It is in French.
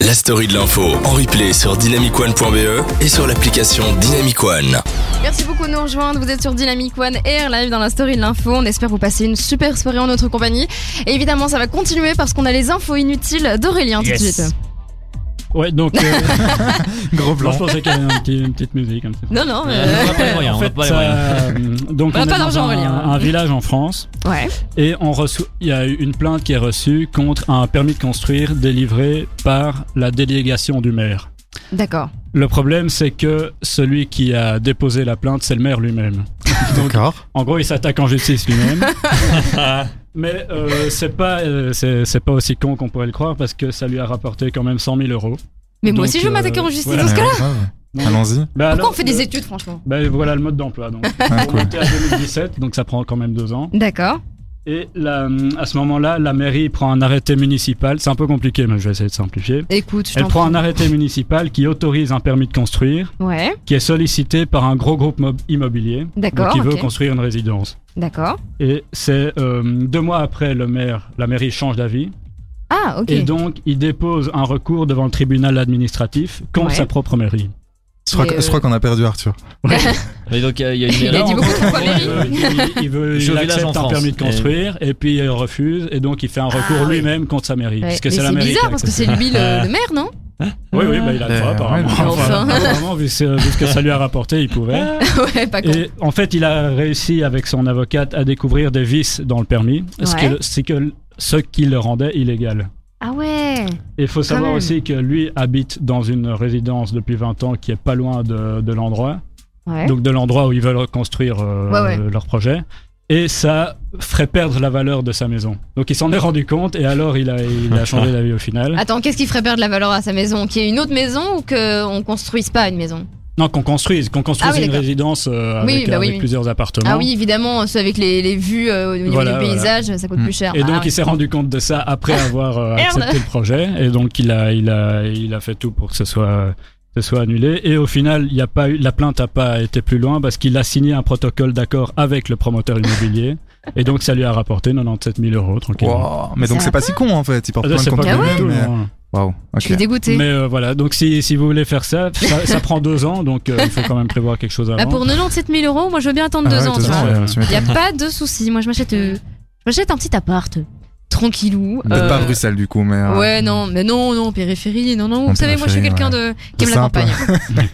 la story de l'info en replay sur dynamicone.be E et sur l'application Dynamicone. Merci beaucoup de nous rejoindre. Vous êtes sur Dynamic One Air live dans la story de l'info. On espère vous passer une super soirée en notre compagnie. Et évidemment, ça va continuer parce qu'on a les infos inutiles d'Aurélien tout de Yes. suite. Ouais, donc. euh, Gros bon, plan. je pensais qu'il y avait un petit- une petite musique hein, comme ça. Non, non. Euh, euh, on va pas les moyens, En on fait, va pas les moyens. euh, donc On hein. a Bah, pas on est d'argent, dans un, Aurélien. un village en France euh, Ouais. et on reçoit, il y a eu une plainte qui est reçue contre un permis de construire délivré par la délégation du maire. D'accord. Le problème, c'est que celui qui a déposé la plainte, c'est le maire lui-même. D'accord. En gros, il s'attaque en justice lui-même. Mais euh, c'est pas, euh, c'est c'est pas aussi con qu'on pourrait le croire parce que ça lui a rapporté quand même 100 000 euros. Mais moi Donc, aussi, je vais euh, m'attaquer en justice voilà. dans ce cas-là. Non. Allons-y. Bah Pourquoi alors, on fait des le- études, franchement bah, voilà le mode d'emploi. Donc, Ah, on cool. était à 2017, donc ça prend quand même deux ans. D'accord. Et la- à ce moment-là, la mairie prend un arrêté municipal. C'est un peu compliqué, mais je vais essayer de simplifier. Écoute, je Elle t'en prend prie. un arrêté municipal qui autorise un permis de construire Ouais, qui est sollicité par un gros groupe mob- immobilier D'accord, qui veut ok. construire une résidence. d'accord. Et c'est euh, deux mois après, le maire, la mairie change d'avis Ah, ok. et donc il dépose un recours devant le tribunal administratif contre Ouais. sa propre mairie. Je crois, Mais, que- je euh, crois qu'on a perdu Arthur. Et donc euh, il y a Il a une erreur. dit en beaucoup gros, trop à il veut- il- il veut- Je suis il au village accepte en un France. permis de construire et puis il refuse et donc il fait un recours Ah, oui. lui-même contre sa mairie Ouais. parce que Mais c'est hein, la c'est mairie. qui bizarre a parce que c'est accepté. lui le, le maire, non Oui oui, bah, il a le droit Euh, apparemment. ouais. Mais enfin. apparemment vu, ce- vu ce que ça lui a rapporté, il pouvait. Ouais, pas con. Et en fait, il a réussi avec son avocate à découvrir des vices dans le permis, ce, Ouais. que, ce que- ce qui le rendait illégal. Ah ouais. Et il faut savoir même. aussi que lui habite dans une résidence depuis 20 ans qui est pas loin de, de l'endroit, Ouais. donc de l'endroit où ils veulent reconstruire euh, Ouais, ouais. leur projet. Et ça ferait perdre la valeur de sa maison. Donc il s'en est rendu compte et alors il a, il a changé d'avis au final. Attends, qu'est-ce qui ferait perdre la valeur à sa maison Qu'il y ait une autre maison ou qu'on construise pas une maison Non, qu'on construise, qu'on construise Ah oui, une d'accord. résidence euh, Oui, avec, bah oui, avec oui. plusieurs appartements. Ah oui, évidemment, ceux avec les, les vues euh, au niveau Voilà, du voilà. paysage, ça coûte Mm. plus cher. Et Bah donc ouais. il s'est rendu compte de ça après avoir euh, Merde. accepté le projet. Et donc il a, il a, il a fait tout pour que ce soit, que ce soit annulé. Et au final, il y a pas eu, la plainte n'a pas été plus loin parce qu'il a signé un protocole d'accord avec le promoteur immobilier. et donc ça lui a rapporté 97 000 euros tranquillement. Wow. Mais donc Ça c'est pas si con en fait. Il porte Ah, plein de c'est pas contre Ah mal lui-même, du tout, mais- non. Waouh. Je suis Ok. dégoûtée. Mais euh, voilà, donc si, si vous voulez faire ça, ça, ça prend deux ans, donc euh, il faut quand même prévoir quelque chose avant. Bah, pour 97 000 euros, moi je veux bien attendre Ah deux ouais, ans, hein. deux tu vois. ouais. euh, tu m'étonnes. Y a pas de souci. Moi je m'achète, euh, je m'achète un petit appart, euh, tranquillou. Peut-être euh, pas à Bruxelles du coup, mais. euh, Ouais, non, mais non, non, périphérie, non, non. En Vous savez, moi je suis quelqu'un périphérie, de qui aime la Simple. campagne.